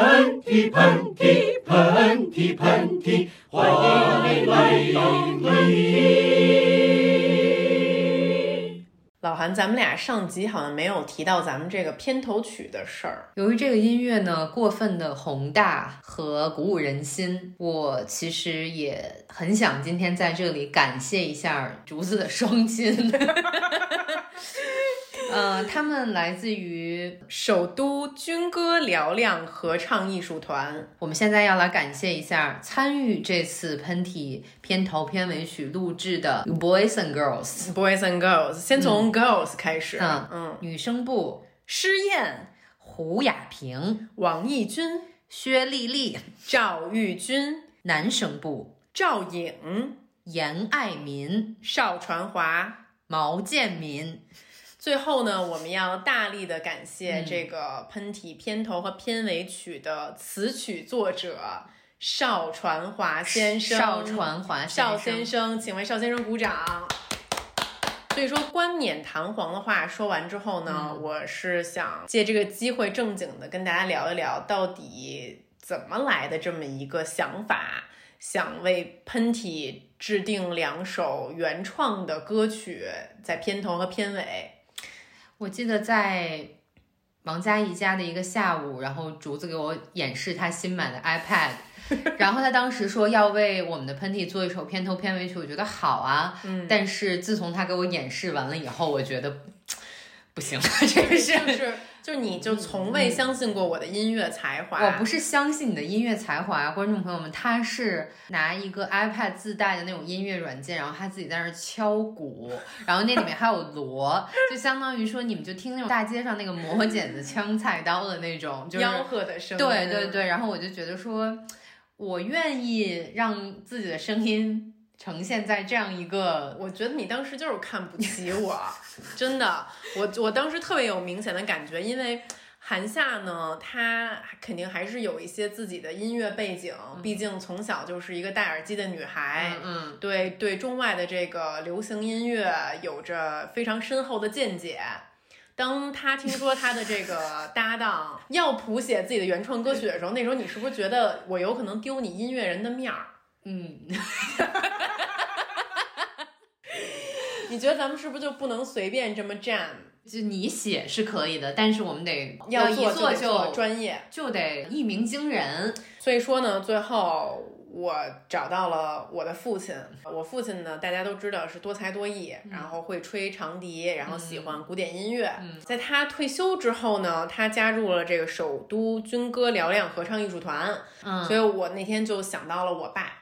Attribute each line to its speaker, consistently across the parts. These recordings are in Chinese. Speaker 1: 嚏喷嚏喷嚏喷嚏，欢迎你来到你。
Speaker 2: 老韩，咱们俩上集好像没有提到咱们这个片头曲的事儿。
Speaker 3: 由于这个音乐呢过分的宏大和鼓舞人心，我其实也很想今天在这里感谢一下竹子的双亲。 呃，他们来自于
Speaker 2: 首都军歌嘹亮合唱艺术团，
Speaker 3: 我们现在要来感谢一下参与这次喷嚏片头片尾曲录制的 Boys and Girls，
Speaker 2: Boys and Girls，先从 Girls 开始。
Speaker 3: 嗯
Speaker 2: 嗯，
Speaker 3: 女声部
Speaker 2: 施燕、
Speaker 3: 胡雅萍、
Speaker 2: 王艺军、
Speaker 3: 薛丽丽，
Speaker 2: 赵玉军、
Speaker 3: 男声部
Speaker 2: 赵颖、
Speaker 3: 严爱民、
Speaker 2: 邵传华。
Speaker 3: 毛建民。
Speaker 2: 最后呢，我们要大力的感
Speaker 3: 嗯
Speaker 2: 谢这个喷嚏片头和片尾曲的词曲作者邵传华先生。
Speaker 3: 邵传华
Speaker 2: 邵
Speaker 3: 先
Speaker 2: 先，生，请为邵先生鼓掌。所以说，冠冕堂皇的话说完之后呢，
Speaker 3: 嗯
Speaker 2: 我是想借这个机会正经的跟大家聊一聊，到底怎么来的这么一个想法，想为喷嚏制定两首原创的歌曲，在片头和片尾。
Speaker 3: 我记得在王佳怡家的一个下午，然后竹子给我演示她新买的 iPad，然 后她当时说要为我们的喷嚏做一首片头片尾曲，我觉得好啊，
Speaker 2: 嗯，
Speaker 3: 但是自从她给我演示完了以后，我觉得不行了，这个
Speaker 2: 是
Speaker 3: 是
Speaker 2: 不是就是你就从未相信过我的音乐才华？
Speaker 3: 我不是相信你的音乐才华啊，观众朋友们，他是拿一个 iPad 自带的那种音乐软件，然后他自己在那儿敲鼓，然后那里面还有锣，就相当于说你们就听那种大街上那个磨剪子、枪菜刀的那种，就是
Speaker 2: 吆喝的声音，
Speaker 3: 对对对，然后我就觉得说，我愿意让自己的声音呈现在这样一个。
Speaker 2: 我觉得你当时就是看不起我， 真的，我我当时特别有明显的感觉，因为韩夏呢，她肯定还是有一些自己的音乐背景，毕竟从小就是一个戴耳机的女孩，
Speaker 3: 嗯，
Speaker 2: 对对中外的这个流行音乐有着非常深厚的见解。当她听说她的这个搭档要谱写自己的原创歌曲的时候，那时候你是不是觉得我有可能丢你音乐人的面儿？
Speaker 3: 嗯
Speaker 2: 你觉得咱们是不是就不能随便这么站？
Speaker 3: 嗯，就你写是可以的，但是我们得一
Speaker 2: 做
Speaker 3: 做
Speaker 2: 得做
Speaker 3: 就
Speaker 2: 专业。
Speaker 3: 就得一鸣惊人。
Speaker 2: 所以说呢，最后我找到了我的父亲。我父亲呢，大家都知道是多才多艺，
Speaker 3: 嗯
Speaker 2: 然后会吹长笛，然后喜欢古典音乐。
Speaker 3: 嗯
Speaker 2: 在他退休之后呢，他加入了这个首都军歌嘹亮合唱艺术团。
Speaker 3: 嗯，
Speaker 2: 所以我那天就想到了我爸。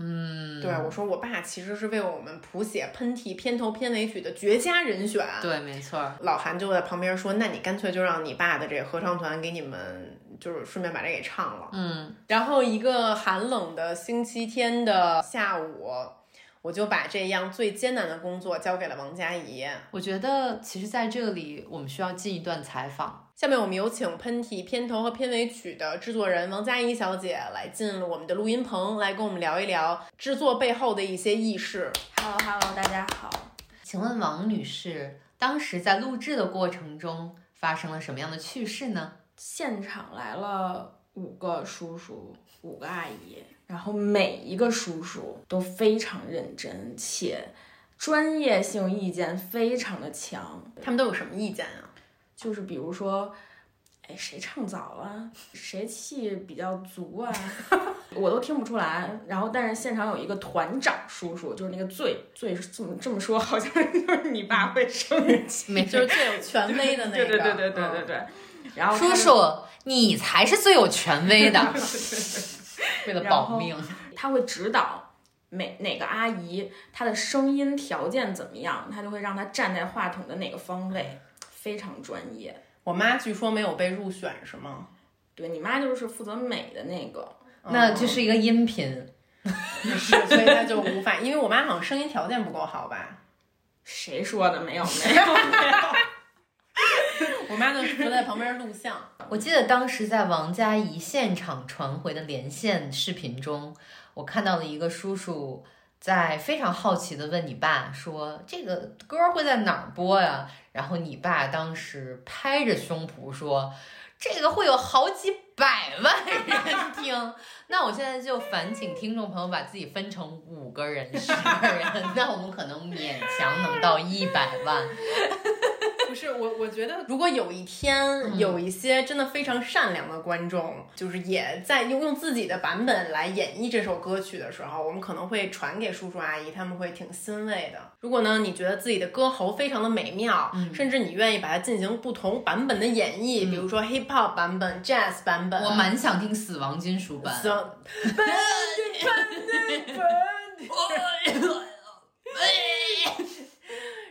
Speaker 3: 嗯，
Speaker 4: 啊
Speaker 2: 对，我说我爸其实是为我们谱写《喷嚏》片头片尾曲的绝佳人选。
Speaker 3: 对，没错儿。
Speaker 2: 老韩就在旁边说：“那你干脆就让你爸的这个合唱团给你们，就是顺便把这给唱了。”
Speaker 3: 嗯，
Speaker 2: 然后一个寒冷的星期天的下午，我就把这样最艰难的工作交给了王佳怡。
Speaker 3: 我觉得其实在这里我们需要进一段采访。
Speaker 2: 下面我们有请《喷嚏》片头和片尾曲的制作人王佳怡小姐来进我们的录音棚，来跟我们聊一聊制作背后的一些轶事。
Speaker 4: Hello Hello，大家好。
Speaker 3: 请问王女士，当时在录制的过程中发生了什么样的趣事呢？
Speaker 4: 现场来了五个叔叔，五个阿姨，然后每一个叔叔都非常认真，且专业性意见非常的强。
Speaker 2: 他们都有什么意见啊？
Speaker 4: 就是比如说，哎，谁唱早了，谁气比较足啊， 我都听不出来。然后，但是现场有一个团长叔叔，就是那个最最这么这么说，好像就是你爸 会生气。
Speaker 3: 没
Speaker 2: 就是最有权威的那个。
Speaker 4: 对对对对对对
Speaker 2: 嗯
Speaker 4: 对。然后他
Speaker 3: 叔
Speaker 4: 们
Speaker 3: 叔，你才是最有权威 的。为了
Speaker 4: 然
Speaker 3: 保
Speaker 4: 后嗯
Speaker 3: 命，
Speaker 4: 他会指导每哪个阿姨她的声音条件怎么样，他就会让她站在话筒的哪个方位，非常专业。
Speaker 2: 我妈据说没有被入选，是吗？
Speaker 4: 对你妈就是负责美的那个，
Speaker 3: 那这是一个音频。
Speaker 2: 是，嗯 所以她就无法，因为我妈好像声音条件不够好吧。
Speaker 4: 谁说的？没有没有。
Speaker 2: 我妈就坐在旁边录像。
Speaker 3: 我记得当时在王佳怡现场传回的连线视频中，我看到了一个叔叔在非常好奇的问你爸说：“这个歌会在哪儿播呀？”然后你爸当时拍着胸脯说：“这个会有好几百万人生。 那我现在就烦请听众朋友把自己分成五个人、十个人，那我们可能勉强能到一百万。
Speaker 2: 不是我，我觉得如果有一天
Speaker 3: 嗯
Speaker 2: 有一些真的非常善良的观众，就是也在用用自己的版本来演绎这首歌曲的时候，我们可能会传给叔叔阿姨，他们会挺欣慰的。如果呢，你觉得自己的歌喉非常的美妙，
Speaker 3: 嗯
Speaker 2: 甚至你愿意把它进行不同版本的演绎，比如说 hip hop 版本、jazz 版本，啊
Speaker 3: 我蛮想听死亡金属版。
Speaker 2: 希望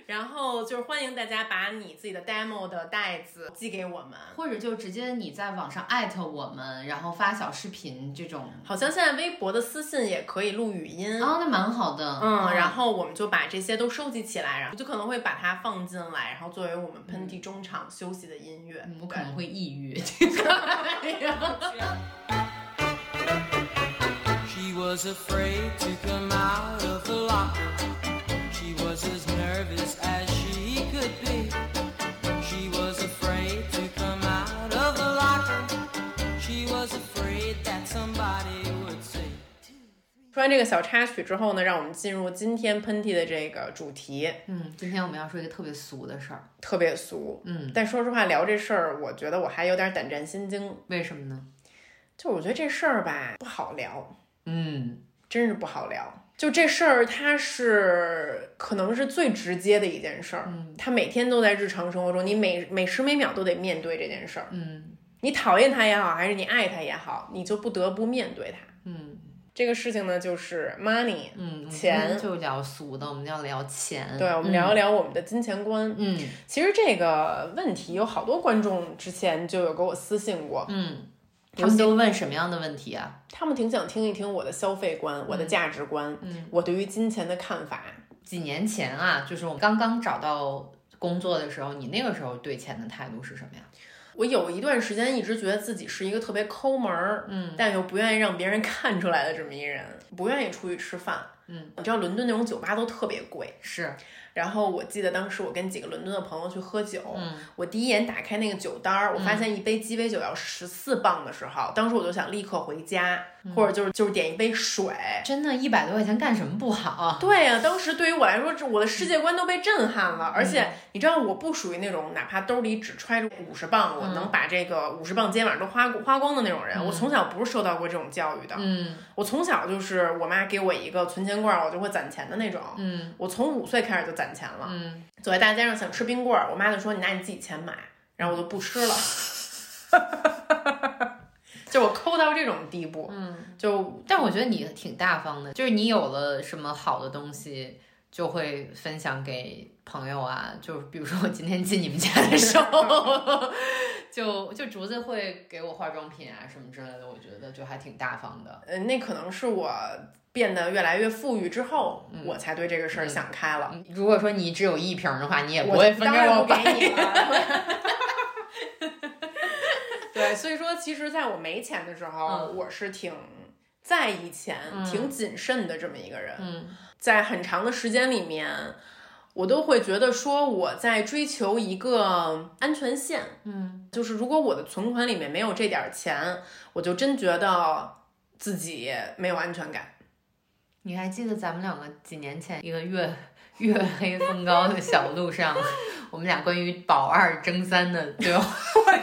Speaker 2: 然后就是欢迎大家把你自己的 demo 的袋子寄给我们。
Speaker 3: 或者就直接你在网上艾特我们，然后发小视频这种，
Speaker 2: 好像现在微博的私信也可以录语音，
Speaker 3: 哦，那蛮好的。
Speaker 2: 嗯，然
Speaker 3: 后
Speaker 2: 后我们就把这些都收集起来，然后就可能会把它放进来，然后作为我们喷嚏中场休息的音乐。
Speaker 3: 我嗯可能会抑 郁。
Speaker 5: She was afraid to come out of the locker. She was as nervous as she could be. She was afraid to come out of the locker. She was afraid that somebody would see.
Speaker 2: 说完这个小插曲之后呢，让我们进入今天喷嚏的这个主题，
Speaker 3: 嗯，今天我们要说一个特别俗的事儿。
Speaker 2: 特别俗。
Speaker 3: 嗯，
Speaker 2: 但说实话，聊这事儿，我觉得我还有点胆战心惊。
Speaker 3: 为什么呢？
Speaker 2: 就我觉得这事儿吧，不好聊，
Speaker 3: 嗯，
Speaker 2: 真是不好聊。就这事儿，它是可能是最直接的一件事儿。嗯，它每天都在日常生活中，你每每时每秒都得面对这件事儿。嗯，你讨厌它也好，还是你爱它也好，你就不得不面对它。嗯，这个事情呢，就是 money。
Speaker 3: 嗯，
Speaker 2: 钱
Speaker 3: 我们今天就聊俗的，我们要聊钱。
Speaker 2: 对，我们聊一聊我们的金钱观。
Speaker 3: 嗯
Speaker 2: 其实这个问题有好多观众之前就有给我私信过，
Speaker 3: 嗯，他们都问什么样的问题啊？
Speaker 2: 他们挺想听一听我的消费观、我的价值观、我对于金钱的看法。
Speaker 3: 嗯几年前啊，就是我刚刚找到工作的时候，你那个时候对钱的态度是什么呀？
Speaker 2: 我有一段时间一直觉得自己是一个特别抠门儿，嗯，但又不愿意让别人 看出来的这么一人，不愿意出去吃饭，嗯，你知道伦敦那种酒吧都特别贵。
Speaker 3: 是，
Speaker 2: 然后我记得当时我跟几个伦敦的朋友去喝酒，嗯，我第一眼打开那个酒单儿，我发现一杯鸡尾酒要十四磅的时候，当时我就想立刻回家，或者就是就是点一杯水。
Speaker 3: 真的，一百多块钱干什么不好啊？
Speaker 2: 对呀、当时对于我来说，这我的世
Speaker 3: 嗯
Speaker 2: 界观都被震撼了。而且你知道，我不属于那种哪怕兜里只揣着五十磅，我
Speaker 3: 嗯
Speaker 2: 能把这个五十磅今天晚上都花花光的那种人。我从小不是受到过这种教育的，
Speaker 3: 嗯
Speaker 2: 我从小就是我妈给我一个存钱罐儿，我就会攒钱的那种。
Speaker 3: 嗯
Speaker 2: 我从五岁开始就攒钱了。
Speaker 3: 嗯，
Speaker 2: 走在大街上想吃冰棍儿，我妈就说你拿你自己钱买，然后我就不吃了。 就我抠到这种地步，嗯，就
Speaker 3: 但我觉得你挺大方的，就是你有了什么好的东西，就会分享给朋友啊。就是比如说我今天进你们家的时候， 就就竹子会给我化妆品啊什么之类的，我觉得就还挺大方的。
Speaker 2: 呃，那可能是我变得越来越富裕之后，我才对这个事儿想开了。
Speaker 3: 嗯如果说你只有一瓶的话，你也不
Speaker 2: 我
Speaker 3: 会分
Speaker 2: 当
Speaker 3: 给
Speaker 2: 然
Speaker 3: 我
Speaker 2: 不
Speaker 3: 吧？
Speaker 2: 给你了。对，所以说，其实在我没钱的时候，
Speaker 3: 嗯
Speaker 2: 我是挺在意钱、挺谨慎的这么一个人。
Speaker 3: 嗯
Speaker 2: 在很长的时间里面，我都会觉得说我在追求一个安全线，
Speaker 3: 嗯
Speaker 2: 就是如果我的存款里面没有这点儿钱，我就真觉得自己没有安全感。
Speaker 3: 你还记得咱们两个几年前一个月月黑风高的小路上，我们俩关于保二争三的对话？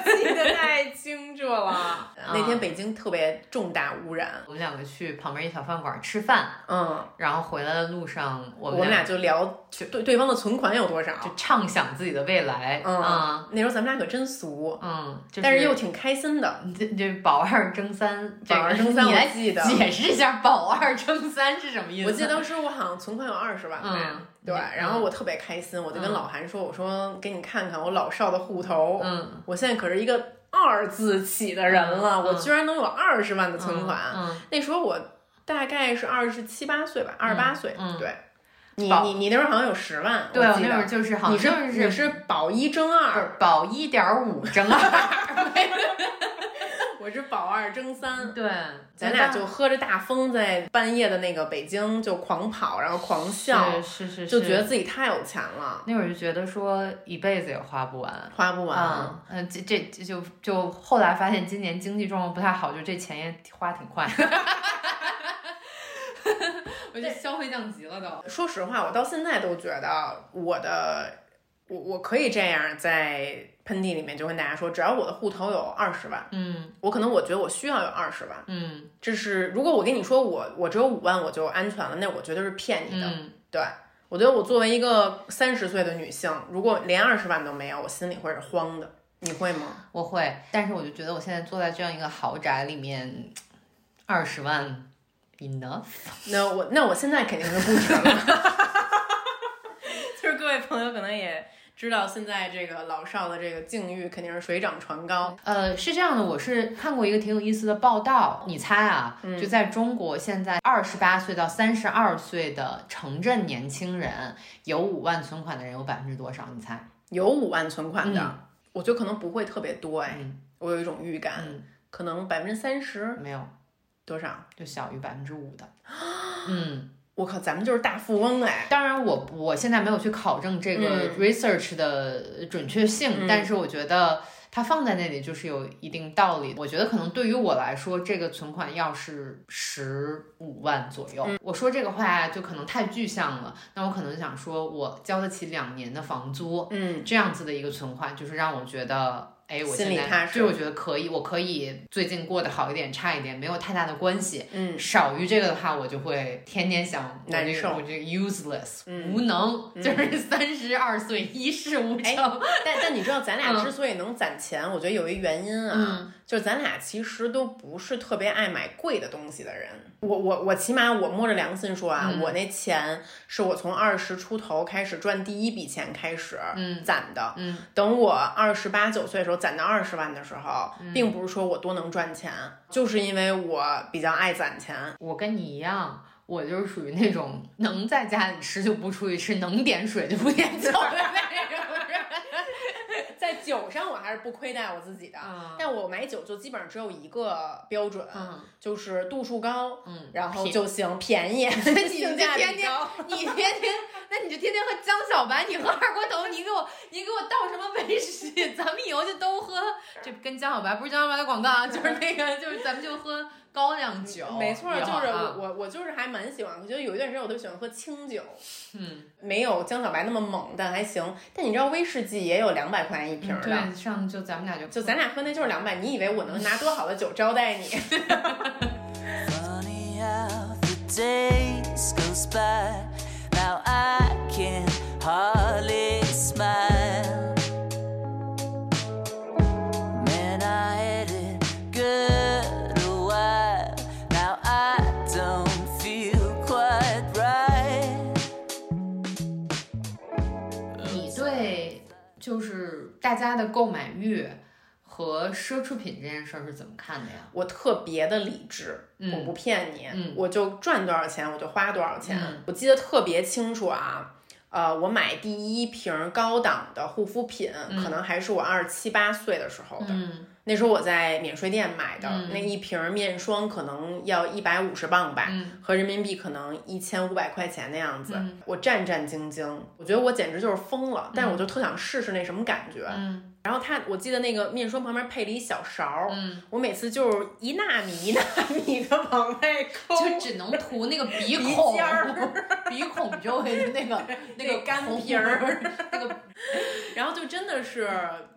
Speaker 2: 记得太清楚了。 那天北京特别重大污染，
Speaker 3: 我们两个去旁边一小饭馆吃饭，
Speaker 2: 嗯，
Speaker 3: 然后回来的路上，我
Speaker 2: 我
Speaker 3: 们
Speaker 2: 们
Speaker 3: 俩
Speaker 2: 俩就聊就对对方的存款有多少。
Speaker 3: 就畅想自己的未来，
Speaker 2: 嗯
Speaker 3: 啊，
Speaker 2: 那时候咱们俩可真俗，
Speaker 3: 嗯，就是、
Speaker 2: 但是又挺开心的。
Speaker 3: 这这保二争三，这
Speaker 2: 保
Speaker 3: 个
Speaker 2: 二争三
Speaker 3: 你来
Speaker 2: 我记得
Speaker 3: 解释一下保二争三是什么意思？
Speaker 2: 我记得当时我好像存款有二十万吧，
Speaker 3: 嗯
Speaker 2: 对，
Speaker 3: 嗯
Speaker 2: 然后我特别开心，我就跟老韩说，我说给你看看我老少的户头，
Speaker 3: 嗯，
Speaker 2: 我现在可是一个二字起的人了，
Speaker 3: 嗯
Speaker 2: 我居然能有二十万的存款，啊
Speaker 3: 嗯，
Speaker 2: 那时候我大概是二十七八岁吧，二十八岁，
Speaker 3: 嗯
Speaker 2: 对。你
Speaker 3: 保
Speaker 2: 你你那时候好像有十万，
Speaker 3: 对，我
Speaker 2: 记
Speaker 3: 那
Speaker 2: 得
Speaker 3: 会儿就是好
Speaker 2: 你
Speaker 3: 像
Speaker 2: 是你
Speaker 3: 是
Speaker 2: 是保一争二，
Speaker 3: 保一点五争二，
Speaker 2: 我我是保二争三。
Speaker 3: 对，
Speaker 2: 咱俩就喝着大风，在半夜的那个北京就狂跑，然后狂笑，
Speaker 3: 是是是，
Speaker 2: 就觉得自己太有钱了，
Speaker 3: 那会儿就觉得说一辈子也花不完。
Speaker 2: 花不完。
Speaker 3: 嗯嗯，这这这就就后来发现今年经济状况不太好，就这钱也花挺快。 我就消费降级了都。
Speaker 2: 说实话，我到现在都觉得我的我我可以这样在喷嚏里面就跟大家说，只要我的户头有二十万，
Speaker 3: 嗯
Speaker 2: 我可能我觉得我需要有二十万，
Speaker 3: 嗯
Speaker 2: 这是如果我跟你说我我只有五万我就安全了，那我绝对是骗你的。
Speaker 3: 嗯，
Speaker 2: 对我觉得我作为一个三十岁的女性，如果连二十万都没有，我心里会是慌的。你会吗？
Speaker 3: 我会，但是我就觉得我现在坐在这样一个豪宅里面，二十万 enough。
Speaker 2: 那我那我现在肯定是不止了。 就是各位朋友可能也知道，现在这个老少的这个境遇肯定是水涨船高。
Speaker 3: 呃，是这样的，我是看过一个挺有意思的报道，你猜啊，就在中国现在二十八岁到三十二岁的城镇年轻人，有五万存款的人有百分之多少？你猜？
Speaker 2: 有五万存款的，
Speaker 3: 嗯
Speaker 2: 我觉得可能不会特别多哎，
Speaker 3: 嗯
Speaker 2: 我有一种预感，
Speaker 3: 嗯，
Speaker 2: 可能百分之三十
Speaker 3: 没有，
Speaker 2: 多少？
Speaker 3: 就小于百分之 五的。嗯，
Speaker 2: 我靠，咱们就是大富翁哎！
Speaker 3: 当然我我现在没有去考证这个
Speaker 2: 嗯
Speaker 3: research 的准确性，
Speaker 2: 嗯
Speaker 3: 但是我觉得。它放在那里就是有一定道理的，我觉得可能对于我来说，这个存款要是十五万左右，
Speaker 2: 嗯
Speaker 3: 我说这个话就可能太具象了。那我可能想说，我交得起两年的房租，
Speaker 2: 嗯，
Speaker 3: 这样子的一个存款，就是让我觉得，哎，我
Speaker 2: 心里
Speaker 3: 现在
Speaker 2: 踏实
Speaker 3: 对，我觉得可以，我可以最近过得好一点，差一点，没有太大的关系。
Speaker 2: 嗯，
Speaker 3: 少于这个的话，我就会天天想我这
Speaker 2: 难受
Speaker 3: 我这 useless、
Speaker 2: 嗯
Speaker 3: 无能，
Speaker 2: 嗯
Speaker 3: 就是三十二岁一事无成。
Speaker 2: 但但你知道，咱俩
Speaker 3: 嗯
Speaker 2: 之所以能攒钱，我觉得有一原因啊，
Speaker 3: 嗯
Speaker 2: 就是咱俩其实都不是特别爱买贵的东西的人。我我我起码我摸着良心说啊，
Speaker 3: 嗯
Speaker 2: 我那钱是我从二十出头开始赚第一笔钱开始
Speaker 3: 嗯
Speaker 2: 攒的，
Speaker 3: 嗯
Speaker 2: 等我二十八九岁的时候攒到二十万的时候，
Speaker 3: 嗯
Speaker 2: 并不是说我多能赚钱，就是因为我比较爱攒钱。
Speaker 3: 我跟你一样。我就是属于那种能在家里吃就不出去吃，能点水就不点酒的那种人。
Speaker 2: 在酒上，我还是不亏待我自己的。
Speaker 3: 啊
Speaker 2: 但我买酒就基本上只有一个标准，
Speaker 3: 嗯
Speaker 2: 就是度数高，
Speaker 3: 嗯，
Speaker 2: 然后
Speaker 3: 便
Speaker 2: 就行，便宜，
Speaker 3: 你
Speaker 2: 性
Speaker 3: 就
Speaker 2: 价
Speaker 3: 天
Speaker 2: 比
Speaker 3: 天
Speaker 2: 高。
Speaker 3: 你天天，那你就天天喝江小白，你喝二锅头，你给我，你给我倒什么威士忌？咱们以后就都喝，这跟江小白不是江小白的广告啊，就是那个，就是咱们就喝高粱酒。
Speaker 2: 没错，
Speaker 3: 以
Speaker 2: 就是
Speaker 3: 后
Speaker 2: 我
Speaker 3: 啊，
Speaker 2: 我我就是还蛮喜欢，我觉得有一段时间我特别喜欢喝清酒，
Speaker 3: 嗯，
Speaker 2: 没有江小白那么猛，但还行。但你知道威士忌也有两百块钱一瓶的，
Speaker 3: 嗯对，上次就咱们俩就
Speaker 2: 就咱俩喝那就是两百，你以为我能拿多好的酒招待 你？
Speaker 5: Funny how the days goes by. Now I can hardly smile. Man, I had it good a while. Now I don't feel quite right.
Speaker 3: 你对就是大家的购买欲和奢侈品这件事儿是怎么看的呀？
Speaker 2: 我特别的理智，
Speaker 3: 嗯
Speaker 2: 我不骗你，
Speaker 3: 嗯
Speaker 2: 我就赚多少钱我就花多少钱。
Speaker 3: 嗯
Speaker 2: 我记得特别清楚啊，呃，我买第一瓶高档的护肤品，可能还是我二十七八岁的时候的，
Speaker 3: 嗯
Speaker 2: 那时候我在免税店买的、
Speaker 3: 嗯
Speaker 2: 那一瓶面霜，可能要一百五十磅吧。
Speaker 3: 嗯
Speaker 2: 合人民币可能一千五百块钱那样子，
Speaker 3: 嗯
Speaker 2: 我战战兢兢，我觉得我简直就是疯了，但是我就特想试试那什么感觉。
Speaker 3: 嗯
Speaker 2: 然后它，我记得那个面霜旁边配了一小勺儿，
Speaker 3: 嗯，
Speaker 2: 我每次就是一纳米一纳米的往外抠，
Speaker 3: 就只能涂那个鼻
Speaker 2: 鼻
Speaker 3: 孔
Speaker 2: 尖儿
Speaker 3: 鼻孔周围的那个那
Speaker 2: 那
Speaker 3: 个
Speaker 2: 个干
Speaker 3: 孔
Speaker 2: 皮儿，
Speaker 3: 那个
Speaker 2: 然后就真的是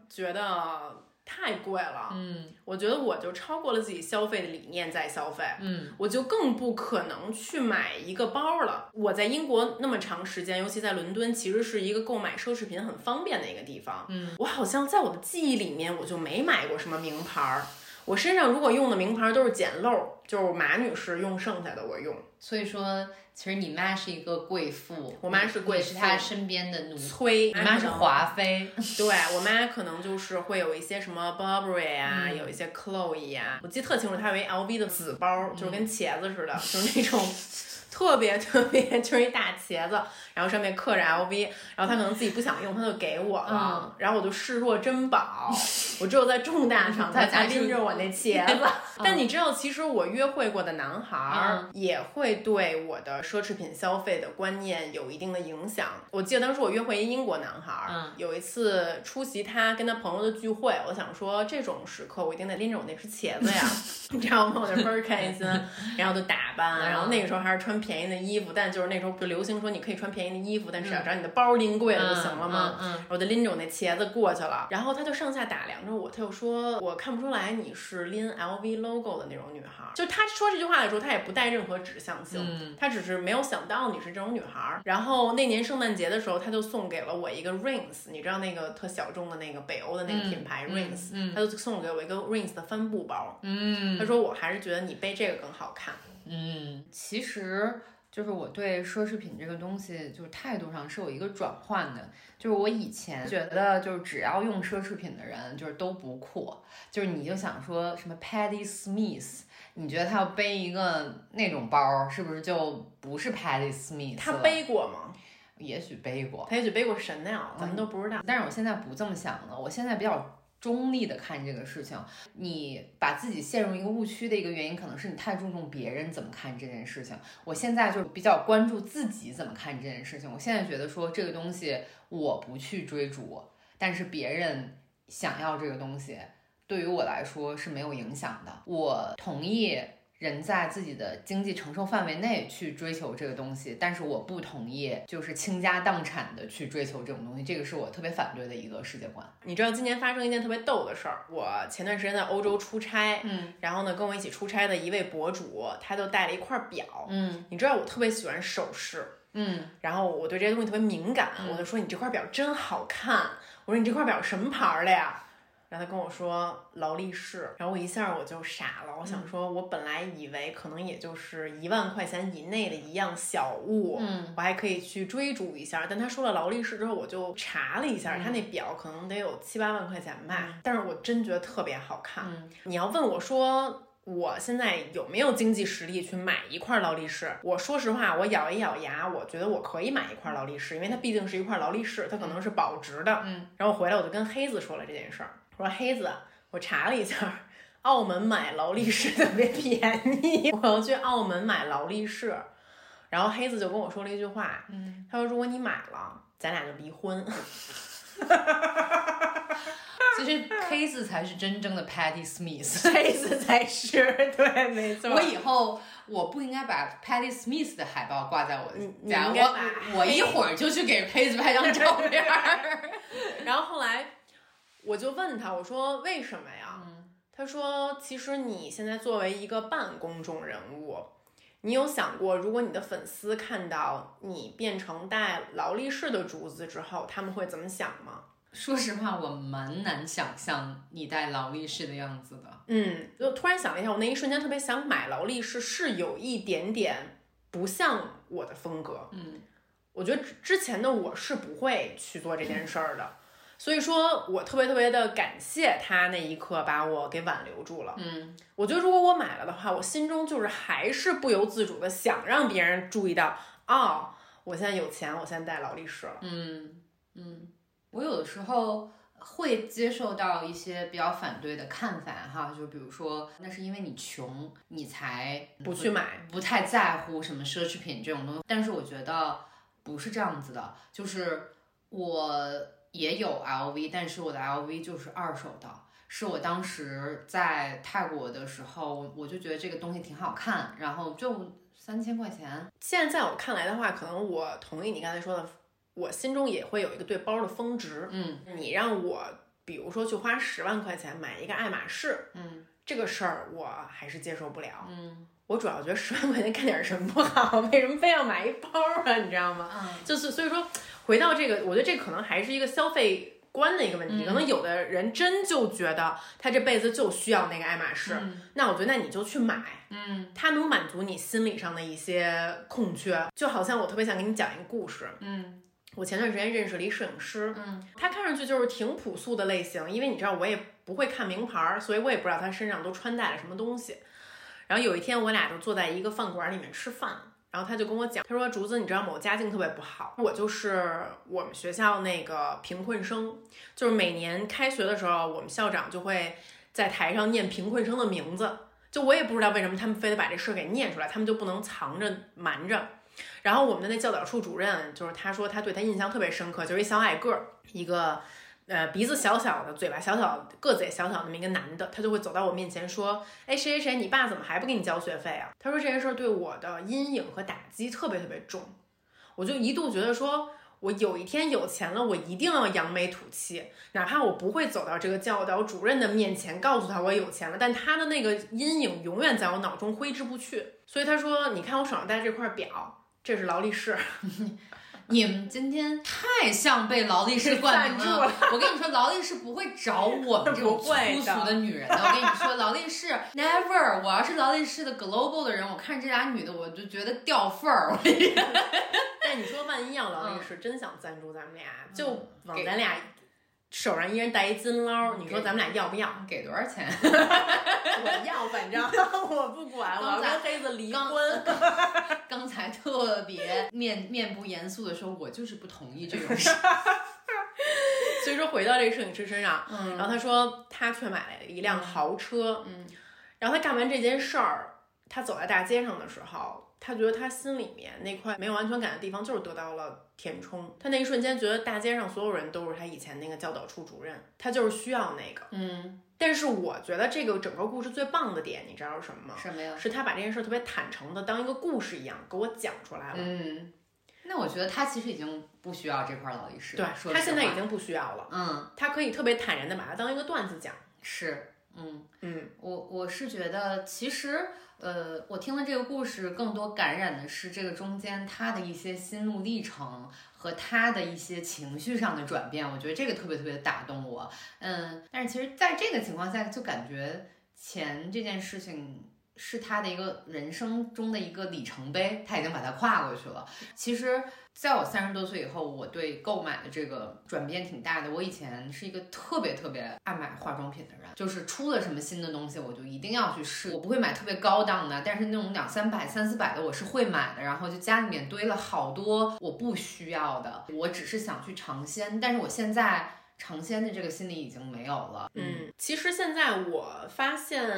Speaker 2: 觉得太贵了。
Speaker 3: 嗯
Speaker 2: 我觉得我就超过了自己消费的理念在消费。
Speaker 3: 嗯
Speaker 2: 我就更不可能去买一个包了。我在英国那么长时间，尤其在伦敦，其实是一个购买奢侈品很方便的一个地方。
Speaker 3: 嗯，
Speaker 2: 我好像在我的记忆里面，我就没买过什么名牌儿。我身上如果用的名牌儿都是捡漏，就是马女士用剩下的我用。
Speaker 3: 所以说其实你妈是一个贵妇，
Speaker 2: 我妈是贵妇
Speaker 3: 你是她身边的奴，你
Speaker 2: 催，
Speaker 3: 妈是
Speaker 2: 华。
Speaker 3: 华 妃，
Speaker 2: 对我妈可能就是会有一些什么 Burberry 啊，
Speaker 3: 嗯
Speaker 2: 有一
Speaker 3: 嗯
Speaker 2: 些 Chloe 啊，我记得特清楚，她有一 LV 的紫包，就是跟茄子似的，就是那种特别特别就是一大茄子，然后上面刻着 LV，然后他可能自己不想用，他就给我了，
Speaker 3: 嗯
Speaker 2: 然后我就视若珍 宝，我只有在重大场合
Speaker 3: 他
Speaker 2: 才
Speaker 3: 才是
Speaker 2: 拎着我那茄子。但你知道，其实我约会过的男孩儿
Speaker 3: 嗯
Speaker 2: 也会对我的奢侈品消费的观念有一定的影响。我记得当时我约会一英国男孩儿，
Speaker 3: 嗯
Speaker 2: 有一次出席他跟他朋友的聚会，我想说这种时刻我一定得拎着我那只茄子呀， 你知道吗？我就倍儿开心，然后就打扮，然后那
Speaker 3: 嗯
Speaker 2: 个时候还是穿便宜的衣服，但就是那时候不流行说你可以穿便宜的衣服，但
Speaker 3: 嗯
Speaker 2: 是要只要你的包拎贵了就行了嘛。
Speaker 3: 嗯嗯嗯
Speaker 2: 我就拎着我那茄子过去了，然后他就上下打量着我，他就说我看不出来你是拎 LV logo 的那种女孩儿，就他说这句话的时候，他也不带任何指向性，
Speaker 3: 嗯
Speaker 2: 他只是没有想到你是这种女孩儿。然后那年圣诞节的时候，他就送给了我一个 Rings，你知道那个特小众的那个北欧的那个
Speaker 3: 嗯
Speaker 2: 品牌
Speaker 3: 嗯
Speaker 2: Rings，、
Speaker 3: 嗯
Speaker 2: 他就送给我一个 Rings 的帆布包，
Speaker 3: 嗯
Speaker 2: 他说我还是觉得你背这个更好看。
Speaker 3: 嗯，其实就是我对奢侈品这个东西，就是态度上是有一个转换的。就是我以前觉得，就是只要用奢侈品的人，就是都不酷。就是你就想说什么 Patty Smith，你觉得他要背一个那种包儿，是不是就不是 Patty Smith？
Speaker 2: 他
Speaker 3: 了，
Speaker 2: 背过吗？
Speaker 3: 也许背过，
Speaker 2: 他也许背过 Chanel，咱们都不知道。
Speaker 3: 但是我现在不这么想了，我现在比较。中立的看这个事情，你把自己陷入一个误区的一个原因，可能是你太注重别人怎么看这件事情。我现在就比较关注自己怎么看这件事情。我现在觉得说这个东西我不去追逐，但是别人想要这个东西，对于我来说是没有影响的。我同意人在自己的经济承受范围内去追求这个东西，但是我不同意就是倾家荡产的去追求这种东西，这个是我特别反对的一个世界观。
Speaker 2: 你知道今年发生一件特别逗的事儿，我前段时间在欧洲出差，
Speaker 3: 嗯
Speaker 2: 然后呢，跟我一起出差的一位博主，他就带了一块表。
Speaker 3: 嗯
Speaker 2: 你知道我特别喜欢首饰，
Speaker 3: 嗯
Speaker 2: 然后我对这些东西特别敏感，
Speaker 3: 嗯
Speaker 2: 我就说你这块表真好看，我说你这块表什么牌儿的呀？然后他跟我说劳力士，然后我一下我就傻了，我
Speaker 3: 嗯
Speaker 2: 想说，我本来以为可能也就是一万块钱以内的一样小物，
Speaker 3: 嗯
Speaker 2: 我还可以去追逐一下。但他说了劳力士之后，我就查了一下，
Speaker 3: 嗯
Speaker 2: 他那表可能得有七八万块钱吧，但是我真觉得特别好看。
Speaker 3: 嗯
Speaker 2: 你要问我说。我现在有没有经济实力去买一块劳力士？我说实话，我咬一咬牙，我觉得我可以买一块劳力士，因为它毕竟是一块劳力士，它可能是保值的。
Speaker 3: 嗯，
Speaker 2: 然后回来我就跟黑子说了这件事儿，我说黑子，我查了一下，澳门买劳力士特别便宜， 我要去澳门买劳力士。然后黑子就跟我说了一句话，
Speaker 3: 嗯
Speaker 2: 他说如果你买了，咱俩就离婚。
Speaker 3: 其实 K 字才是真正的 Patty Smith。
Speaker 2: 黑子才是对，没错
Speaker 3: 我以后我不应该把 Patty Smith 的海报挂在我的
Speaker 2: 你你
Speaker 3: 家，
Speaker 2: 应该把
Speaker 3: 我我一会儿就去给 K 字拍张照片儿。
Speaker 2: 然后后来我就问他，我说为什么呀？他说，其实你现在作为一个半公众人物，你有想过，如果你的粉丝看到你变成带劳力士的竹子之后，他们会怎么想吗？
Speaker 3: 说实话，我蛮难想象你戴劳力士的样子的。
Speaker 2: 嗯，就突然想了一下，我那一瞬间特别想买劳力士，是有一点点不像我的风格。
Speaker 3: 嗯
Speaker 2: 我觉得之之前的我是不会去做这件事儿的，所以说我特别特别的感谢他那一刻把我给挽留住了。
Speaker 3: 嗯
Speaker 2: 我觉得如果我买了的话，我心中就是还是不由自主的想让别人注意到，哦，我现在有钱，我现在戴劳力士了。
Speaker 3: 嗯嗯，我有的时候。会接受到一些比较反对的看法哈，就比如说，那是因为你穷，你才
Speaker 2: 不去买，
Speaker 3: 不太在乎什么奢侈品这种东西，但是我觉得不是这样子的，就是我也有 LV，但是我的 LV 就是二手的，是我当时在泰国的时候，我我就觉得这个东西挺好看，然后就三千块钱，
Speaker 2: 现在在我看来的话，可能我同意你刚才说的，我心中也会有一个对包的峰值。
Speaker 3: 嗯
Speaker 2: 你让我，比如说去花十万块钱买一个爱马仕，
Speaker 3: 嗯
Speaker 2: 这个事儿我还是接受不了。
Speaker 3: 嗯
Speaker 2: 我主要觉得十万块钱干点什么不好？为什么非要买一包啊？你知道吗？
Speaker 3: 啊
Speaker 2: 就是所以说，回到这个，我觉得这可能还是一个消费观的一个问题。
Speaker 3: 嗯
Speaker 2: 可能有的人真就觉得他这辈子就需要那个爱马仕，那我觉得那你就去买，
Speaker 3: 嗯
Speaker 2: 它能满足你心理上的一些空缺。就好像我特别想给你讲一个故事，
Speaker 3: 嗯
Speaker 2: 我前段时间认识了一摄影师，
Speaker 3: 嗯
Speaker 2: 他看上去就是挺朴素的类型，因为你知道我也不会看名牌儿，所以我也不知道他身上都穿戴了什么东西。然后有一天我俩就坐在一个饭馆里面吃饭，然然后他就跟我讲，他说竹子，你知道吗？我家境特别不好，我就是我们学校那个贫困生，就是每年开学的时候，我们校长就会在台上念贫困生的名字。就我也不知道为什么他们非得把这事儿给念出来，他们就不能藏着瞒着。然后我们的那教导处主任，就是他说他对他印象特别深刻，就是一小矮个儿，一个呃鼻子小小的、嘴巴小小的、个子也小小的那么一个男的，他就会走到我面前说：“哎，谁谁谁，你爸怎么还不给你交学费啊？”他说这件事儿对我的阴影和打击特别特别重，我就一度觉得说。我有一天有钱了，我一定要扬眉吐气，哪怕我不会走到这个教导主任的面前，告诉他我有钱了，但他的那个阴影永远在我脑中挥之不去。所以他说：“你看我手上戴这块表，这是劳力士。
Speaker 3: 你们今天太像被劳力士冠名了。 我跟你说，劳力士不会找我们这种粗俗的女人的。我跟你说，劳力士 never。我要是劳力士的 global 的人，我看这俩女的，我就觉得掉份儿。 我跟你说
Speaker 2: 但你说万一要劳力士真想赞助咱们俩，就往咱俩手上一人戴一金捞，你说咱们俩要不要？
Speaker 3: 给多少钱？
Speaker 2: 嗯 我要，反 正我不管，我要跟黑子离
Speaker 3: 刚
Speaker 2: 婚。
Speaker 3: 刚才特别面面部严肃的说，我就是不同意这种 事。
Speaker 2: 所以说回到这个摄影师身上，
Speaker 3: 嗯
Speaker 2: 然后他说他却买了一辆豪车，
Speaker 3: 嗯，
Speaker 2: 然后他干完这件事儿，他走在大街上的时候，他觉得他心里面那块没有安全感的地方就是得到了填充，他那一瞬间觉得大街上所有人都是他以前那个教导处主任，他就是需要那个。
Speaker 3: 嗯，
Speaker 2: 但是我觉得这个整个故事最棒的点，你知道是什么吗？
Speaker 3: 什么呀？
Speaker 2: 是他把这件事儿特别坦诚的当一个故事一样给我讲出来了。
Speaker 3: 嗯，那我觉得他其实已经不需要这块劳力士
Speaker 2: 对
Speaker 3: 了。说
Speaker 2: 他
Speaker 3: 实
Speaker 2: 现在
Speaker 3: 话
Speaker 2: 已，经不需要了，
Speaker 3: 嗯，
Speaker 2: 他可以特别坦然的把它当一个段子讲。
Speaker 3: 是，嗯。
Speaker 2: 嗯，
Speaker 3: 我我是觉得，其实，呃，我听了这个故事，更多感染的是这个中间他的一些心路历程和他的一些情绪上的转变，我觉得这个特别特别地打动我。嗯，但是其实在这个情况下，就感觉钱这件事情。是他的一个人生中的一个里程碑，他已经把它跨过去了。其实，在我三十多岁以后，我对购买的这个转变挺大的。我以前是一个特别特别爱买化妆品的人，就是出了什么新的东西，我就一定要去试。我不会买特别高档的，但是那种两三百、三四百的我是会买的。然后就家里面堆了好多我不需要的，我只是想去尝鲜。但是我现在尝鲜的这个心理已经没有了。
Speaker 2: 嗯，其实现在我发现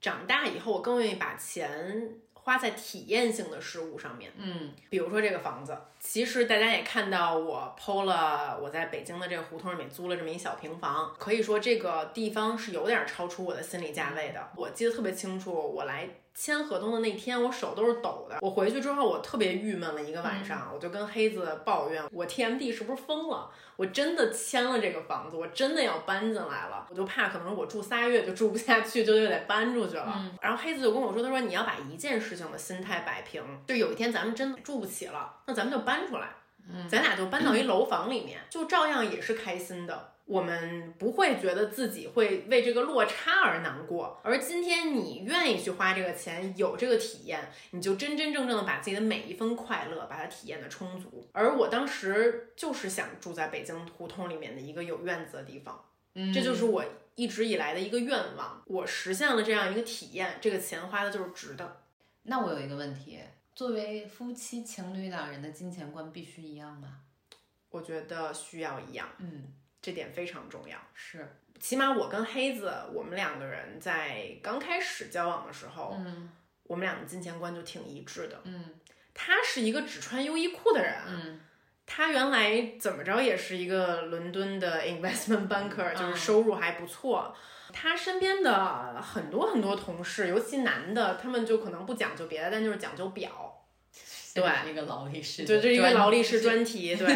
Speaker 2: 长大以后，我更愿意把钱花在体验性的事物上面，
Speaker 3: 嗯
Speaker 2: 比如说这个房子。其实大家也看到，我剖了我在北京的这个胡同里面租了这么一小平房，可以说这个地方是有点超出我的心理价位的。我记得特别清楚，我来。签合同的那天，我手都是抖的。我回去之后，我特别郁闷了一个晚上，我就跟黑子抱怨，我 TMD 是不是疯了？我真的签了这个房子，我真的要搬进来了，我就怕可能我住仨月就住不下去，就又得搬出去了。然后黑子就跟我说，他说你要把一件事情的心态摆平，就有一天咱们真的住不起了，那咱们就搬出来，咱俩就搬到一楼房里面，就照样也是开心的。我们不会觉得自己会为这个落差而难过，而今天你愿意去花这个钱，有这个体验，你就真真正正的把自己的每一分快乐，把它体验的充足。而我当时就是想住在北京胡同里面的一个有院子的地方，
Speaker 3: 嗯，
Speaker 2: 这就是我一直以来的一个愿望。我实现了这样一个体验，这个钱花的就是值的。
Speaker 3: 那我有一个问题，作为夫妻情侣两人的金钱观必须一样吗？
Speaker 2: 我觉得需要一样，
Speaker 3: 嗯，
Speaker 2: 这点非常重要。
Speaker 3: 是，
Speaker 2: 起码我跟黑子，我们两个人在刚开始交往的时候，
Speaker 3: 嗯
Speaker 2: 我们俩的金钱观就挺一致的。
Speaker 3: 嗯
Speaker 2: 他是一个只穿优衣库的人，啊
Speaker 3: 嗯
Speaker 2: 他原来怎么着也是一个伦敦的 investment banker，就是收入还不错。他身边的很多很多同事，尤其男的，他们就可能不讲究别的，但就是讲究表，对
Speaker 3: 一个劳力士，
Speaker 2: 对，就是一个劳力士专 题，对。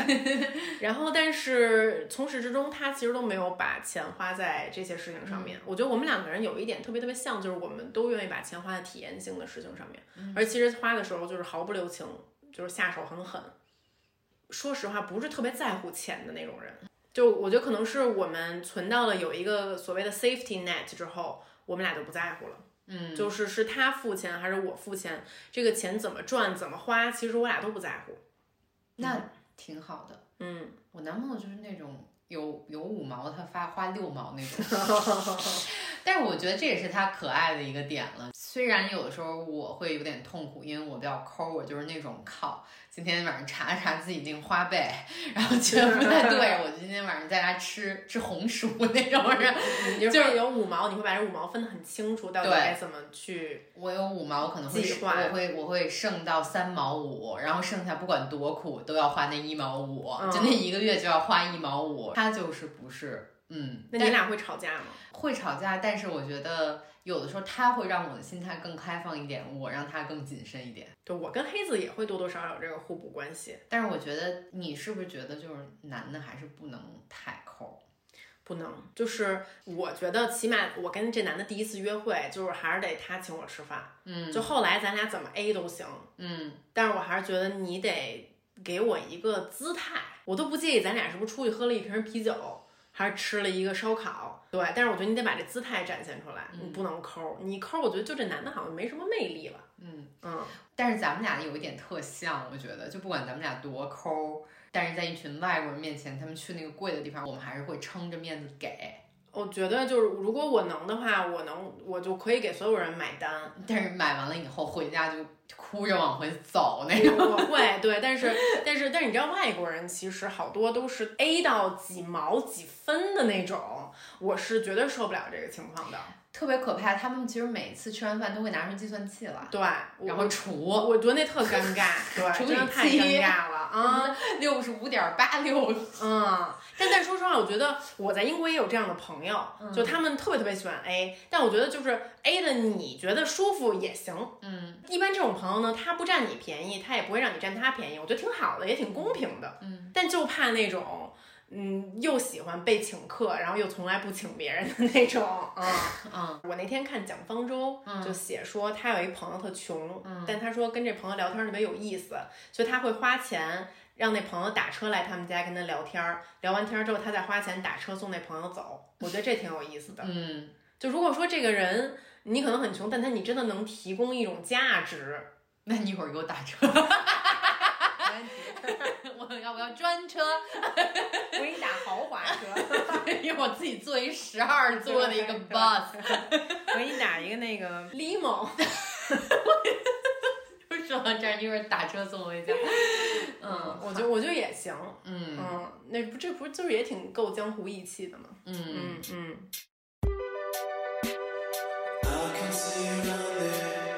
Speaker 2: 然后，但是从始至终，他其实都没有把钱花在这些事情上面。我觉得我们两个人有一点特别特别像，就是我们都愿意把钱花在体验性的事情上面，而其实花的时候就是毫不留情，就是下手很狠。说实话，不是特别在乎钱的那种人。就我觉得可能是我们存到了有一个所谓的 safety net 之后，我们俩就不在乎了。
Speaker 3: 嗯，
Speaker 2: 就是是他付钱还是我付钱，这个钱怎么赚怎么花，其实我俩都不在乎。
Speaker 3: 那挺好的。
Speaker 2: 嗯，
Speaker 3: 我男朋友就是那种有有五毛他发花六毛那种，但是我觉得这也是他可爱的一个点了。虽然有的时候我会有点痛苦，因为我比较抠，我就是那种靠，今天晚上查了查自己那个花呗，然后觉得不太对，我就今天晚上在家吃吃红薯那种人。
Speaker 2: 你
Speaker 3: 就
Speaker 2: 就是是有五毛，你会把这五毛分得很清楚，到底
Speaker 3: 对
Speaker 2: 该怎么去。
Speaker 3: 我有五毛，我可能会
Speaker 2: 计
Speaker 3: 剩
Speaker 2: 划
Speaker 3: 我会我会剩到三毛五，然后剩下不管多苦都要花那一毛五，
Speaker 2: 嗯
Speaker 3: 就那一个月就要花一毛五。他就是不是，嗯，
Speaker 2: 那你
Speaker 3: 但
Speaker 2: 俩会吵架吗？
Speaker 3: 会吵架，但是我觉得有的时候他会让我的心态更开放一点，我让他更谨慎一点。
Speaker 2: 对我跟黑子也会多多少少有这个互补关系，
Speaker 3: 但是我觉得你是不是觉得就是男的还是不能太抠？
Speaker 2: 不能，就是我觉得起码我跟这男的第一次约会，就是还是得他请我吃饭，
Speaker 3: 嗯
Speaker 2: 就后来咱俩怎么 A 都行，
Speaker 3: 嗯，
Speaker 2: 但是我还是觉得你得给我一个姿态，我都不介意咱俩是不是出去喝了一瓶啤酒，还是吃了一个烧烤，对，但是我觉得你得把这姿态展现出来，你不能抠，你抠，我觉得就这男的好像没什么魅力了，
Speaker 3: 嗯
Speaker 2: 嗯，
Speaker 3: 但是咱们俩有一点特像，我觉得就不管咱们俩多抠，但是在一群外国人面前，他们去那个贵的地方，我们还是会撑着面子给。
Speaker 2: 我觉得就是如果我能的话，我能我就可以给所有人买单，
Speaker 3: 但是买完了以后回家就哭着往回走那种。
Speaker 2: 我会对，但是但是但是你知道外国人其实好多都是 A 到几毛几分的那种，我是绝对受不了这个情况的。
Speaker 3: 特别可怕，他们其实每次吃完饭都会拿出计算器来，
Speaker 2: 对，
Speaker 3: 然后
Speaker 2: 我
Speaker 3: 除
Speaker 2: 我觉得那特尴 尬，对，
Speaker 3: 除
Speaker 2: 真的
Speaker 3: 以
Speaker 2: 太
Speaker 3: 七
Speaker 2: 尴尬了啊。
Speaker 3: 六十五点八六，
Speaker 2: 嗯，但但说实话，我觉得我在英国也有这样的朋友，
Speaker 3: 嗯
Speaker 2: 就他们特别特别喜欢 A，但我觉得就是 A 的你觉得舒服也行。
Speaker 3: 嗯
Speaker 2: 一般这种朋友呢，他不占你便宜，他也不会让你占他便宜，我觉得挺好的，也挺公平的。
Speaker 3: 嗯，
Speaker 2: 但就怕那种。嗯，又喜欢被请客，然后又从来不请别人的那种啊。
Speaker 3: 嗯
Speaker 2: 我那天看蒋方舟
Speaker 3: 嗯
Speaker 2: 就写说，他有一朋友特穷，
Speaker 3: 嗯
Speaker 2: 但他说跟这朋友聊天特别有意思，所以他会花钱让那朋友打车来他们家跟他聊天儿，聊完天儿之后他再花钱打车送那朋友走。我觉得这挺有意思的。
Speaker 3: 嗯，
Speaker 2: 就如果说这个人你可能很穷，但他你真的能提供一种价值，
Speaker 3: 那你一会儿给我打车。 我要不要专车？
Speaker 2: 我给你打豪华车，
Speaker 3: 因为我自己坐一十二座的一个 bus，
Speaker 2: 我给你打一个那 个 limo。
Speaker 3: 说到这儿，一会儿打车送回家。嗯，
Speaker 2: 我觉得我觉得也行，
Speaker 3: 嗯
Speaker 2: 嗯，那不这不就是也挺够江湖义气的吗？
Speaker 3: 嗯，
Speaker 2: 嗯。
Speaker 6: I can see you down there.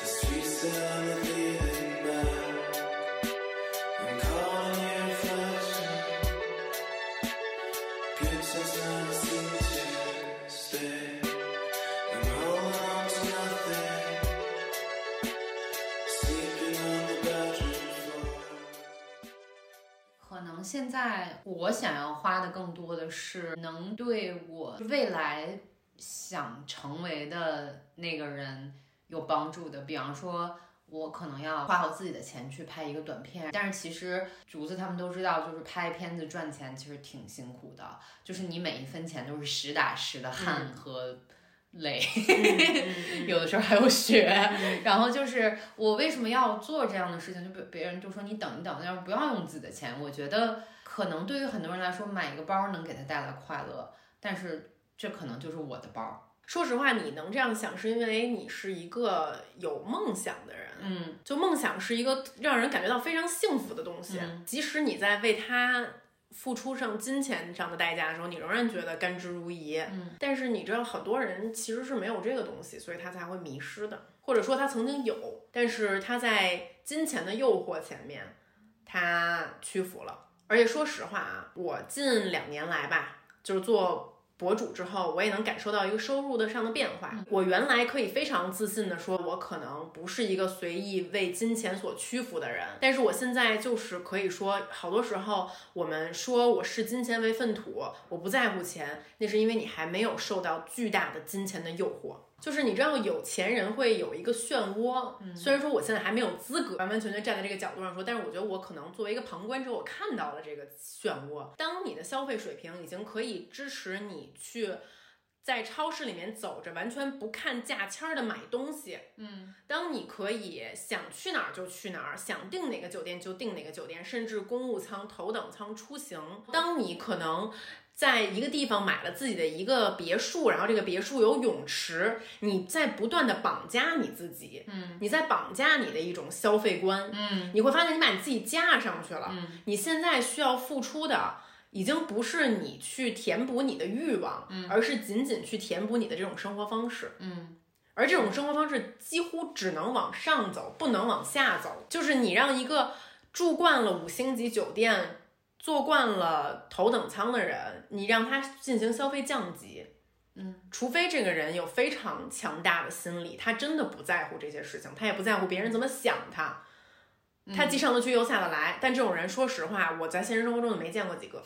Speaker 6: The streets that I'm not leaving back. I'm calling your reflection. Pictures I see to stay. I'm holding on to nothing. Sleeping on the bedroom floor.
Speaker 3: 可能现在我想要花的更多的是能对我未来想成为的那个人有帮助的，比方说。我可能要花好自己的钱去拍一个短片，但是其实竹子他们都知道，就是拍片子赚钱其实挺辛苦的，就是你每一分钱都是实打实的汗和泪，
Speaker 2: 嗯
Speaker 3: 有的时候还有血。然后就是我为什么要做这样的事情？就别别人就说你等一等，要不要用自己的钱？我觉得可能对于很多人来说，买一个包能给他带来快乐，但是这可能就是我的包。
Speaker 2: 说实话，你能这样想，是因为你是一个有梦想的人。
Speaker 3: 嗯
Speaker 2: 就梦想是一个让人感觉到非常幸福的东西，
Speaker 3: 嗯
Speaker 2: 即使你在为它付出上金钱上的代价的时候，你仍然觉得甘之如饴。
Speaker 3: 嗯，
Speaker 2: 但是你知道，很多人其实是没有这个东西，所以他才会迷失的，或者说他曾经有，但是他在金钱的诱惑前面，他屈服了。而且说实话啊，我近两年来吧，就是做博主之后，我也能感受到一个收入的上的变化。我原来可以非常自信的说，我可能不是一个随意为金钱所屈服的人，但是我现在就是可以说，好多时候我们说我视金钱为粪土，我不在乎钱，那是因为你还没有受到巨大的金钱的诱惑。就是你知道，有钱人会有一个漩涡。虽然说我现在还没有资格完完全全站在这个角度上说，但是我觉得我可能作为一个旁观者，我看到了这个漩涡。当你的消费水平已经可以支持你去在超市里面走着，完全不看价签儿的买东西，
Speaker 3: 嗯，
Speaker 2: 当你可以想去哪儿就去哪儿，想订哪个酒店就订哪个酒店，甚至公务舱、头等舱出行，当你可能在一个地方买了自己的一个别墅，然后这个别墅有泳池，你在不断的绑架你自己，
Speaker 3: 嗯
Speaker 2: 你在绑架你的一种消费观，
Speaker 3: 嗯
Speaker 2: 你会发现你把你自己架上去了，
Speaker 3: 嗯
Speaker 2: 你现在需要付出的已经不是你去填补你的欲望，而是仅仅去填补你的这种生活方式。
Speaker 3: 嗯
Speaker 2: 而这种生活方式几乎只能往上走，不能往下走。就是你让一个住惯了五星级酒店、坐惯了头等舱的人，你让他进行消费降级，
Speaker 3: 嗯，
Speaker 2: 除非这个人有非常强大的心理，他真的不在乎这些事情，他也不在乎别人怎么想他。他既上得去又下得来，但这种人，说实话，我在现实生活中也没见过几个。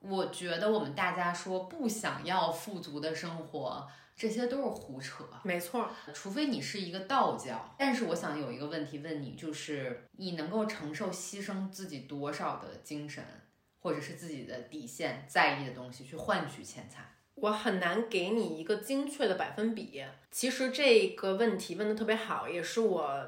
Speaker 3: 我觉得我们大家说不想要富足的生活，这些都是胡扯。
Speaker 2: 没错，
Speaker 3: 除非你是一个道教，但是我想有一个问题问你，就是你能够承受牺牲自己多少的精神，或者是自己的底线在意的东西去换取钱财？
Speaker 2: 我很难给你一个精确的百分比。其实这个问题问的特别好，也是我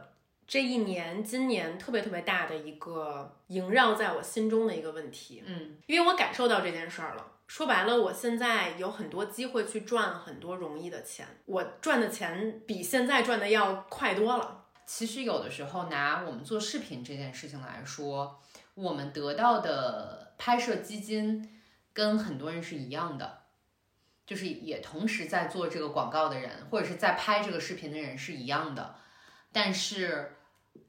Speaker 2: 这一年今年特别特别大的一个萦绕在我心中的一个问题，
Speaker 3: 嗯
Speaker 2: 因为我感受到这件事儿了。说白了，我现在有很多机会去赚很多容易的钱，我赚的钱比现在赚的要快多了。
Speaker 3: 其实有的时候拿我们做视频这件事情来说，我们得到的拍摄基金跟很多人是一样的，就是也同时在做这个广告的人，或者是在拍这个视频的人是一样的。但是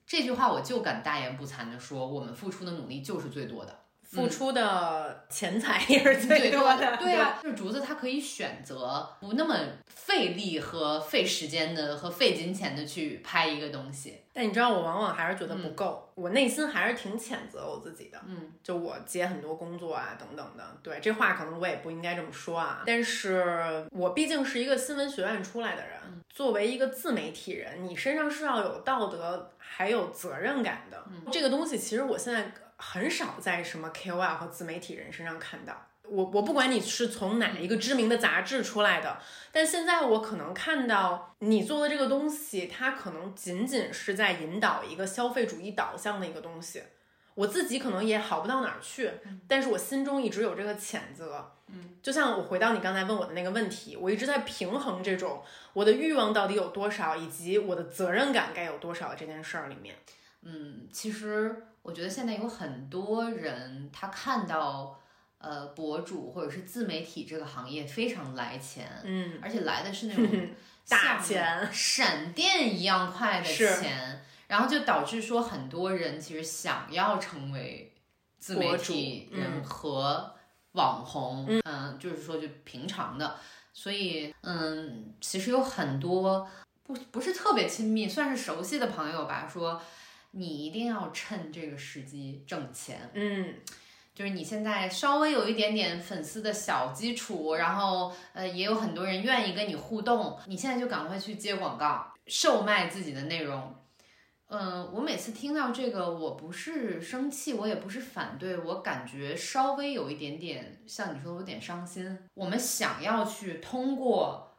Speaker 3: 这句话我就敢大言不惭的说，我们付出的努力就是最 多的。
Speaker 2: 付出的钱财也是嗯最多 的，
Speaker 3: 对啊，就是竹子它可以选择不那么费力和费时间的和费金钱的去拍一个东西。
Speaker 2: 但你知道，我往往还是觉得不够，我内心还是挺谴责我自己的。
Speaker 3: 嗯，
Speaker 2: 就我接很多工作啊，等等的。对，这话可能我也不应该这么说啊，但是我毕竟是一个新闻学院出来的人，作为一个自媒体人，你身上是要有道德还有责任感的。这个东西其实我现在很少在什么 KOL 和自媒体人身上看到。我我不管你是从哪一个知名的杂志出来的，但现在我可能看到你做的这个东西，它可能仅仅是在引导一个消费主义导向的一个东西。我自己可能也好不到哪儿去，但是我心中一直有这个谴责。嗯，就像我回到你刚才问我的那个问题，我一直在平衡这种我的欲望到底有多少，以及我的责任感该有多少这件事儿里面。
Speaker 3: 嗯，其实我觉得现在有很多人，他看到呃博主或者是自媒体这个行业非常来钱，
Speaker 2: 嗯，
Speaker 3: 而且来的是那种
Speaker 2: 大
Speaker 3: 像
Speaker 2: 钱
Speaker 3: 闪电一样快的
Speaker 2: 是
Speaker 3: 钱，然后就导致说很多人其实想要成为自媒
Speaker 2: 博主
Speaker 3: 体人
Speaker 2: 嗯
Speaker 3: 和网红，嗯、就是说就平常的，所以嗯，其实有很多不不是特别亲密，算是熟悉的朋友吧，说。你一定要趁这个时机挣钱，
Speaker 2: 嗯，
Speaker 3: 就是你现在稍微有一点点粉丝的小基础，然后呃也有很多人愿意跟你互动，你现在就赶快去接广告，售卖自己的内容。嗯，我每次听到这个，我不是生气，我也不是反对，我感觉稍微有一点点，像你说的有点伤心。我们想要去通过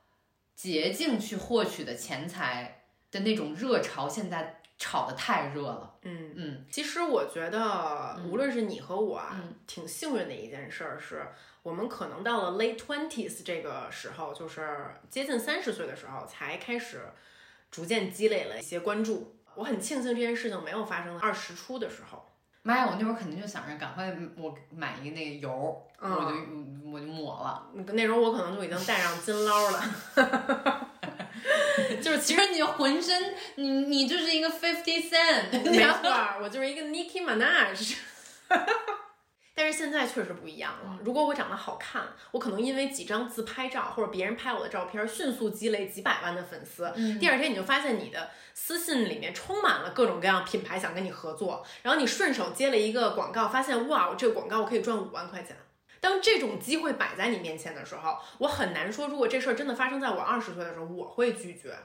Speaker 3: 捷径去获取的钱财的那种热潮，现在炒得太热了。
Speaker 2: 嗯，
Speaker 3: 嗯
Speaker 2: 其实我觉得，无论是你和我啊，
Speaker 3: 嗯
Speaker 2: 挺幸运的一件事儿是，我们可能到了 late twenties 这个时候，就是接近三十岁的时候，才开始逐渐积累了一些关注。我很庆幸这件事情没有发生在二十出的时候。
Speaker 3: 妈呀！我那会儿肯定就想着赶快我买一个那个油儿，
Speaker 2: 嗯
Speaker 3: 我就我就抹了。
Speaker 2: 那时候我可能就已经戴上金捞了。
Speaker 3: 就是其实你浑身，你你就是一个 fifty cent，
Speaker 2: 没错儿，我就是一个 Nicki Minaj。但是现在确实不一样了。如果我长得好看，我可能因为几张自拍照或者别人拍我的照片，迅速积累几百万的粉丝。第二天你就发现你的私信里面充满了各种各样品牌想跟你合作，然后你顺手接了一个广告，发现哇，这个广告我可以赚五万块钱。当这种机会摆在你面前的时候，我很难说，如果这事儿真的发生在我二十岁的时候，我会拒绝。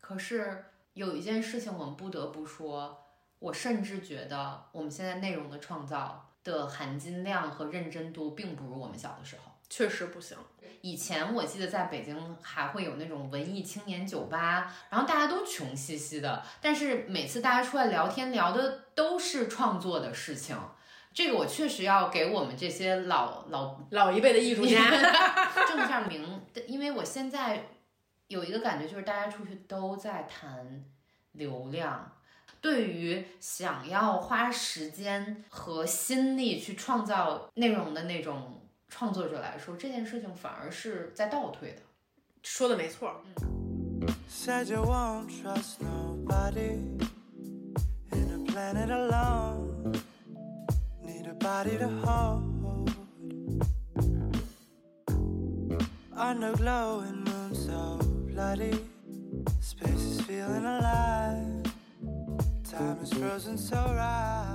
Speaker 3: 可是有一件事情我们不得不说，我甚至觉得我们现在内容的创造的含金量和认真度，并不如我们小的时候。
Speaker 2: 确实不行，
Speaker 3: 以前我记得在北京还会有那种文艺青年酒吧，然后大家都穷兮兮的，但是每次大家出来聊天聊的都是创作的事情。这个我确实要给我们这些老老
Speaker 2: 老一辈的艺术家，
Speaker 3: 正一下名，因为我现在有一个感觉，就是大家出去都在谈流量。对于想要花时间和心力去创造内容的那种创作者来说，这件事情反而是在倒退的。
Speaker 2: 说的没错儿。
Speaker 6: Said you won't trust nobody in a planet alone. Need a body to hold. Underglow and moon so bloody. Space is feeling alive. Time is frozen so right.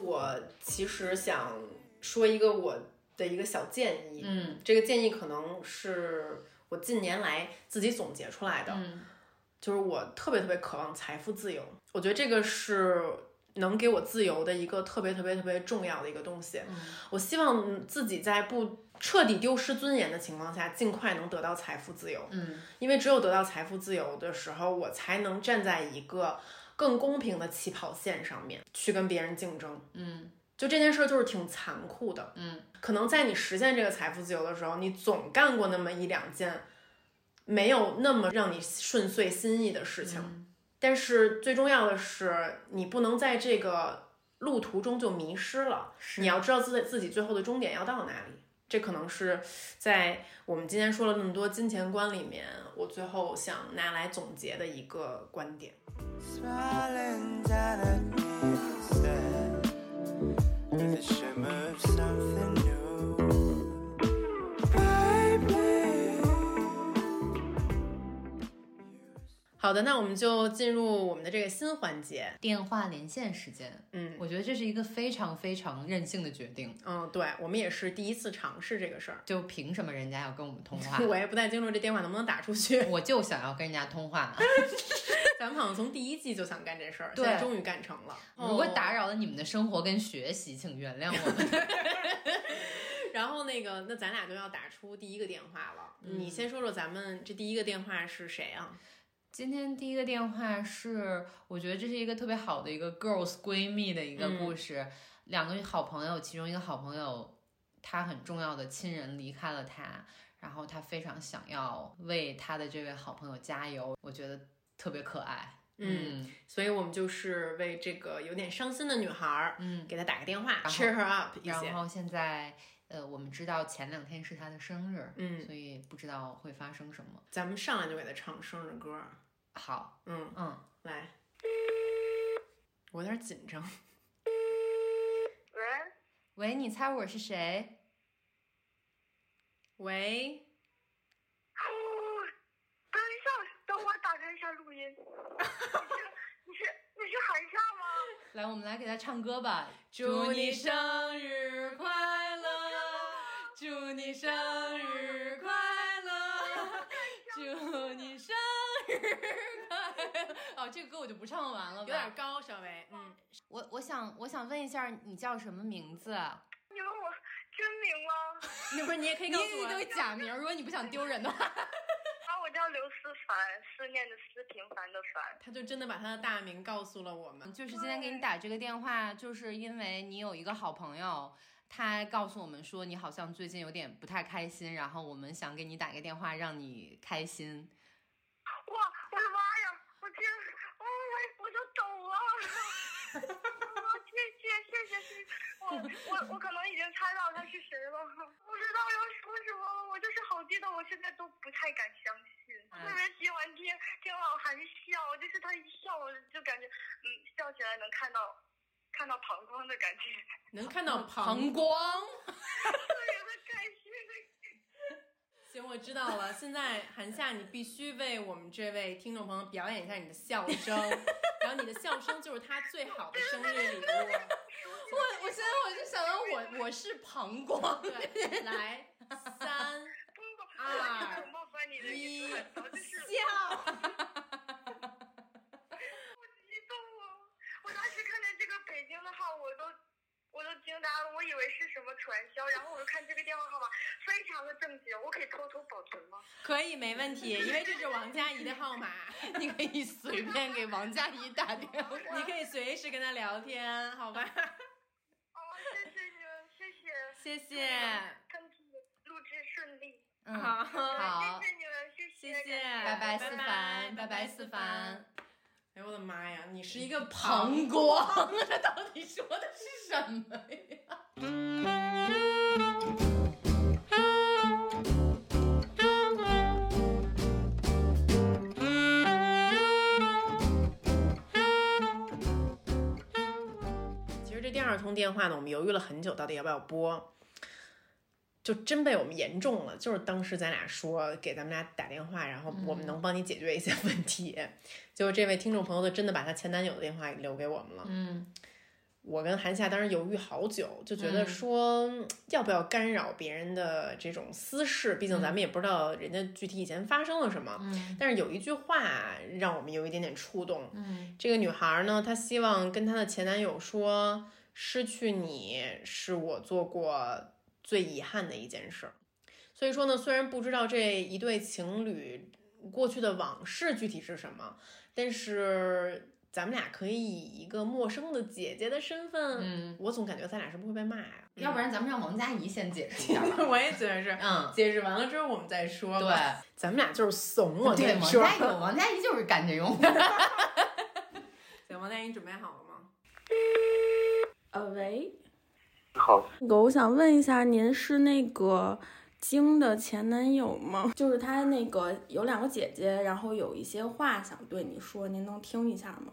Speaker 2: 我其实想说一个我的一个小建议，
Speaker 3: 嗯
Speaker 2: 这个建议可能是我近年来自己总结出来的，
Speaker 3: 嗯
Speaker 2: 就是我特别特别渴望财富自由，我觉得这个是能给我自由的一个特别特别特别重要的一个东西。
Speaker 3: 嗯
Speaker 2: 我希望自己在不彻底丢失尊严的情况下，尽快能得到财富自由。
Speaker 3: 嗯
Speaker 2: 因为只有得到财富自由的时候，我才能站在一个更公平的起跑线上面去跟别人竞争。
Speaker 3: 嗯
Speaker 2: 就这件事儿就是挺残酷的，
Speaker 3: 嗯，
Speaker 2: 可能在你实现这个财富自由的时候，你总干过那么一两件没有那么让你顺遂心意的事情，但是最重要的是，你不能在这个路途中就迷失了，你要知道自己自己最后的终点要到哪里。这可能是在我们今天说了那么多金钱观里面，我最后想拿来总结的一个观点。
Speaker 6: Smiling down at me instead with a shimmer of something new. Baby,
Speaker 2: 好的，那我们就进入我们的这个新环节。
Speaker 3: 电话连线时间，
Speaker 2: 嗯
Speaker 3: 我觉得这是一个非常非常任性的决定。
Speaker 2: 嗯，对，我们也是第一次尝试这个事儿。
Speaker 3: 就凭什么人家要跟我们通话？
Speaker 2: 我也不太清楚这电话能不能打出去。
Speaker 3: 我就想要跟人家通话。
Speaker 2: 咱们好像从第一季就想干这事儿，现
Speaker 3: 对
Speaker 2: 在终于干成了。哦
Speaker 3: 如果打扰了你们的生活跟学习，请原谅我们。
Speaker 2: 然后那个，那咱俩就要打出第一个电话了。
Speaker 3: 嗯
Speaker 2: 你先说说咱们这第一个电话是谁啊？
Speaker 3: 今天第一个电话是，我觉得这是一个特别好的一个 girls 闺蜜的一个故事，两个好朋友，其中一个好朋友，他很重要的亲人离开了他，然后他非常想要为他的这位好朋友加油，我觉得特别可爱。
Speaker 2: 嗯所以我们就是为这个有点伤心的女孩儿，
Speaker 3: 嗯，
Speaker 2: 给她打个电话
Speaker 3: 后
Speaker 2: ，cheer her up 一
Speaker 3: 然
Speaker 2: 些。
Speaker 3: 后现在，呃，我们知道前两天是他的生日，
Speaker 2: 嗯，
Speaker 3: 所以不知道会发生什么。
Speaker 2: 咱们上来就给她唱生日歌儿。
Speaker 3: 好，
Speaker 2: 嗯，
Speaker 3: 嗯，
Speaker 2: 来，我有点紧张。
Speaker 7: 喂，
Speaker 3: 喂，你猜我是谁？
Speaker 2: 喂，
Speaker 7: 哦，等一下，等我打开一下录音。你是你是你是韩夏吗？
Speaker 3: 来，我们来给他唱歌吧。
Speaker 2: 祝你
Speaker 3: 生日快乐，祝你生日快 乐，祝你生日快乐。哦，这个歌我就不唱完
Speaker 2: 有
Speaker 3: 了吧。
Speaker 2: 点高，稍微，嗯。
Speaker 3: 我我想我想问一下，你叫什么名字？
Speaker 7: 你问我真名吗？
Speaker 2: 那不是 你也可以
Speaker 3: 你
Speaker 2: 告
Speaker 3: 也可
Speaker 2: 诉
Speaker 3: 以
Speaker 2: 我
Speaker 3: 给我假名儿，如果你不想丢人的话。
Speaker 7: 啊，我叫刘思凡，思念的思，平凡的凡。
Speaker 2: 他就真的把他的大名告诉了我们。
Speaker 3: 就是今天给你打这个电话，就是因为你有一个好朋友，他告诉我们说你好像最近有点不太开心，然后我们想给你打个电话让你开心。
Speaker 7: 哇，我的妈呀！我竟然，哦，我我就抖了。哇谢谢谢谢谢谢，我我我可能已经猜到他是谁了，不知道要说什么了，我就是好激动，我现在都不太敢相信。
Speaker 3: 嗯
Speaker 7: 特别喜欢听听老韩笑，就是他一笑，我就感觉，嗯，笑起来能看到看到膀胱的感觉，
Speaker 2: 能看到
Speaker 3: 膀
Speaker 2: 膀
Speaker 3: 胱，
Speaker 7: 特别的开心。
Speaker 2: 行，我知道了。现在韩夏，你必须为我们这位听众朋友表演一下你的笑 声，然后你的笑声就是他最好的生日 礼物。
Speaker 3: 我我现在我就想到我我是膀胱，
Speaker 2: 对，来三
Speaker 7: 不，我就是冒犯你的意
Speaker 2: 一
Speaker 7: 思很多，就是。
Speaker 2: 笑，
Speaker 7: 激动啊！我当时看见这个北京的号，我都我都惊呆了，我以为是什么传销，然后我就看这个电话号码，非常的正经，我可以偷偷保存吗？
Speaker 2: 可以没问题，因为这是王佳怡的号 码，
Speaker 3: 你可以随便给王佳怡打电话。
Speaker 2: 你可以随时跟她聊天，好吧？
Speaker 7: 哦
Speaker 2: 谢谢，
Speaker 7: 身体录制顺利。
Speaker 3: 嗯，
Speaker 2: 好
Speaker 3: 好
Speaker 7: 谢，谢你们，谢
Speaker 2: 谢
Speaker 7: 感
Speaker 2: 谢，
Speaker 7: 谢
Speaker 3: 拜拜，
Speaker 2: 拜
Speaker 3: 思凡，
Speaker 2: 拜
Speaker 3: 拜拜，思凡。。
Speaker 2: 哎呦我的妈呀！你是一个膀胱，这 到底说的是什么呀？其实这第二通电话呢，我们犹豫了很久，到底要不要播，就真被我们言中了。就是当时咱俩说给咱们俩打电话，然后我们能帮你解决一些 问题。结果这位听众朋友就真的把她前男友的电话留给我们了。
Speaker 3: 嗯
Speaker 2: 我跟韩夏当时犹豫好久，就觉得说嗯要不要干扰别人的这种私事，毕竟咱们也不知道人家具体以前发生了什么。
Speaker 3: 嗯
Speaker 2: 但是有一句话让我们有一点点触动。
Speaker 3: 嗯
Speaker 2: 这个女孩呢，她希望跟她的前男友说，失去你是我做过最遗憾的一件事儿。所以说呢，虽然不知道这一对情侣过去的往事具体是什么，但是咱们俩可以以一个陌生的姐姐的身份，
Speaker 3: 嗯，
Speaker 2: 我总感觉咱俩是不会被骂呀、
Speaker 3: 要不然咱们让王佳怡先解释一 下吧。
Speaker 2: 我也觉得是。
Speaker 3: 嗯，
Speaker 2: 解释完了之后我们再说
Speaker 3: 对
Speaker 2: 吧。，咱们俩就是怂，我
Speaker 3: 对，
Speaker 2: 跟你
Speaker 3: 王
Speaker 2: 说。
Speaker 3: 佳怡，王佳怡就是干这用。
Speaker 2: 行，王佳怡，你准备好了吗？
Speaker 4: 呃，喂，
Speaker 8: 好，
Speaker 4: 那个我想问一下，您是那个晶的前男友吗？就是他那个有两个姐姐，然后有一些话想对你说，您能听一下吗？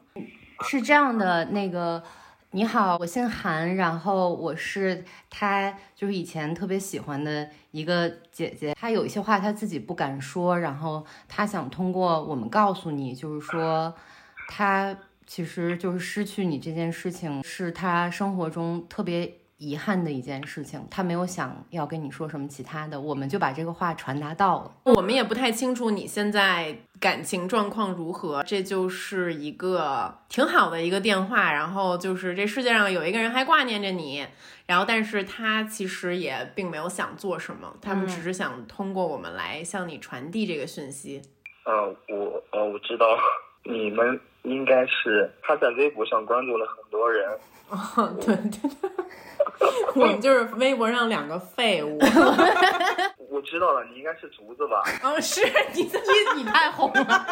Speaker 3: 是这样的，那个你好，我姓韩，然后我是他，就是以前特别喜欢的一个姐姐。她有一些话她自己不敢说，然后她想通过我们告诉你，就是说她其实就是失去你这件事情是她生活中特别。遗憾的一件事情，她没有想要跟你说什么其他的，我们就把这个话传达到了。
Speaker 2: 我们也不太清楚你现在感情状况如何，这就是一个挺好的一个电话。然后就是这世界上有一个人还挂念着你，然后但是他其实也并没有想做什么，他们只是想通过我们来向你传递这个讯息。
Speaker 8: 嗯，我呃，我知道你们应该是他在微博上关注了很多人，
Speaker 2: 哦，对对对， 我们就是微博上两个废物。
Speaker 8: 我知道了，你应该是竹子吧？
Speaker 2: 哦，是你怎么
Speaker 3: 你太红了，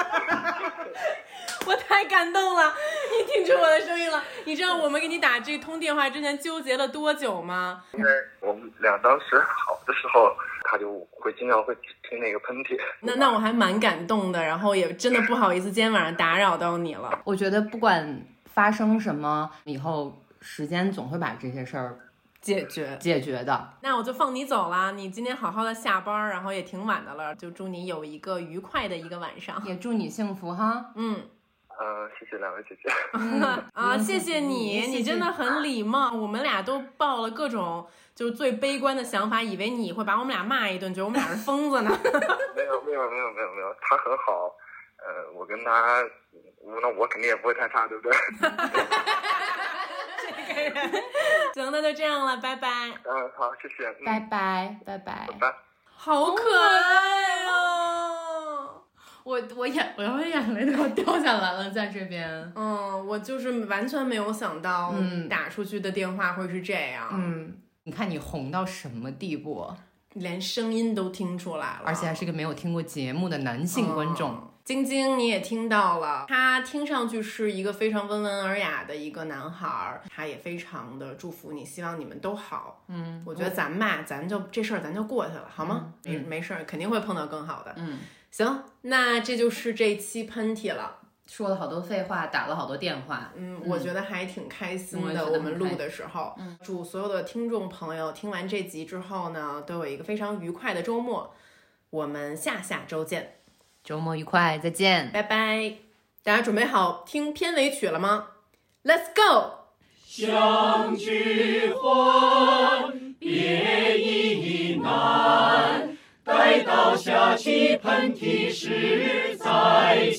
Speaker 2: 我太感动了，你听出我的声音了。你知道我们给你打这通电话之前纠结了多久吗？
Speaker 8: 因为我们俩当时好的时候，他就会经常会听那个喷嚏。
Speaker 2: 那那我还蛮感动的，然后也真的不好意思，今天晚上打扰到你了。
Speaker 3: 我觉得不管发生什么，以后时间总会把这些事儿
Speaker 2: 解决，
Speaker 3: 解决的。
Speaker 2: 那我就放你走啦。你今天好好的下班，然后也挺晚的了，就祝你有一个愉快的一个晚上。
Speaker 3: 也祝你幸福哈！
Speaker 2: 嗯
Speaker 8: 嗯、谢谢两位姐姐。
Speaker 2: 啊，谢谢你，
Speaker 3: 嗯谢谢
Speaker 2: 你真的很礼貌。我们俩都抱了各种就是最悲观的想法，以为你会把我们俩骂一顿，觉得我们俩是疯子呢。
Speaker 8: 没有没有没有没有没有，他很好。呃，我跟他，嗯那我肯定也不会太差，对不 对？
Speaker 2: 行，那就这样了，拜拜。
Speaker 8: 嗯，好，谢谢。嗯，
Speaker 3: 拜拜拜拜
Speaker 8: 拜。拜。
Speaker 2: 好可爱哦！
Speaker 3: 我我眼我要眼泪都要掉下来了，在这边。
Speaker 2: 嗯，我就是完全没有想到
Speaker 3: 嗯
Speaker 2: 打出去的电话会是这样，
Speaker 3: 嗯，啊你看你红到什么地步，
Speaker 2: 连声音都听出来了，
Speaker 3: 而且还是个没有听过节目的男性观众。
Speaker 2: 嗯晶晶，你也听到了，他听上去是一个非常温文尔雅的一个男孩儿，他也非常的祝福你，希望你们都好。
Speaker 3: 嗯
Speaker 2: 我觉得咱们吧，咱就这事儿咱就过去了，好吗？
Speaker 3: 嗯
Speaker 2: 没没事儿，肯定会碰到更好的。
Speaker 3: 嗯，
Speaker 2: 行，那这就是这期喷嚏了。
Speaker 3: 说了好多废话，打了好多电话。
Speaker 2: 嗯，我觉得还挺开心
Speaker 3: 我也
Speaker 2: 的。
Speaker 3: 觉得
Speaker 2: 我
Speaker 3: 很
Speaker 2: 们录
Speaker 3: 开
Speaker 2: 的时候，
Speaker 3: 嗯
Speaker 2: 祝所有的听众朋友听完这集之后呢，都有一个非常愉快的周末。我们下下周见，
Speaker 3: 周末愉快，再见。
Speaker 2: 拜拜！大家准备好听片尾曲了吗？Let's go！
Speaker 1: 相聚欢，别亦难。待到下期喷嚏时再